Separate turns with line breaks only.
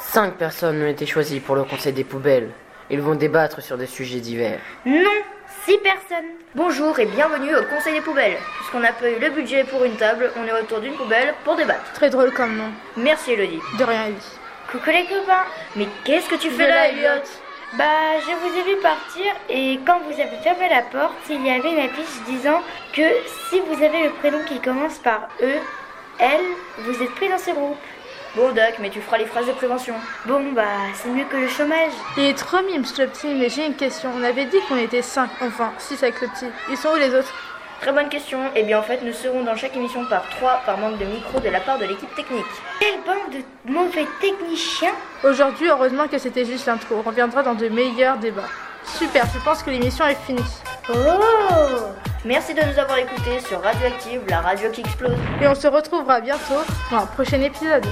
Cinq personnes ont été choisies pour le conseil des poubelles. Ils vont débattre sur des sujets divers.
Non, six personnes.
Bonjour et bienvenue au Conseil des poubelles. Puisqu'on n'a pas eu le budget pour une table, on est autour d'une poubelle pour débattre.
Très drôle comme nom.
Merci Elodie.
De rien, Ellie.
Coucou les copains.
Mais qu'est-ce que tu
De
fais
là,
là,
Elliot
Elliot
Bah, je vous ai vu partir et quand vous avez fermé la porte, il y avait une affiche disant que si vous avez le prénom qui commence par E, L, vous êtes pris dans ce groupe.
Bon Doc, mais tu feras les phrases de prévention.
Bon, bah, c'est mieux que le chômage.
Il est trop mime ce petit, mais j'ai une question. On avait dit qu'on était 5, enfin 6 avec le petit. Ils sont où les autres
Très bonne question. Eh bien en fait, nous serons dans chaque émission par trois par manque de micro de la part de l'équipe technique.
Quelle bande de mauvais techniciens
Aujourd'hui, heureusement que c'était juste l'intro. On reviendra dans de meilleurs débats. Super, je pense que l'émission est finie.
Oh
Merci de nous avoir écoutés sur Radioactive, la radio qui explose.
Et on se retrouvera bientôt pour un prochain épisode.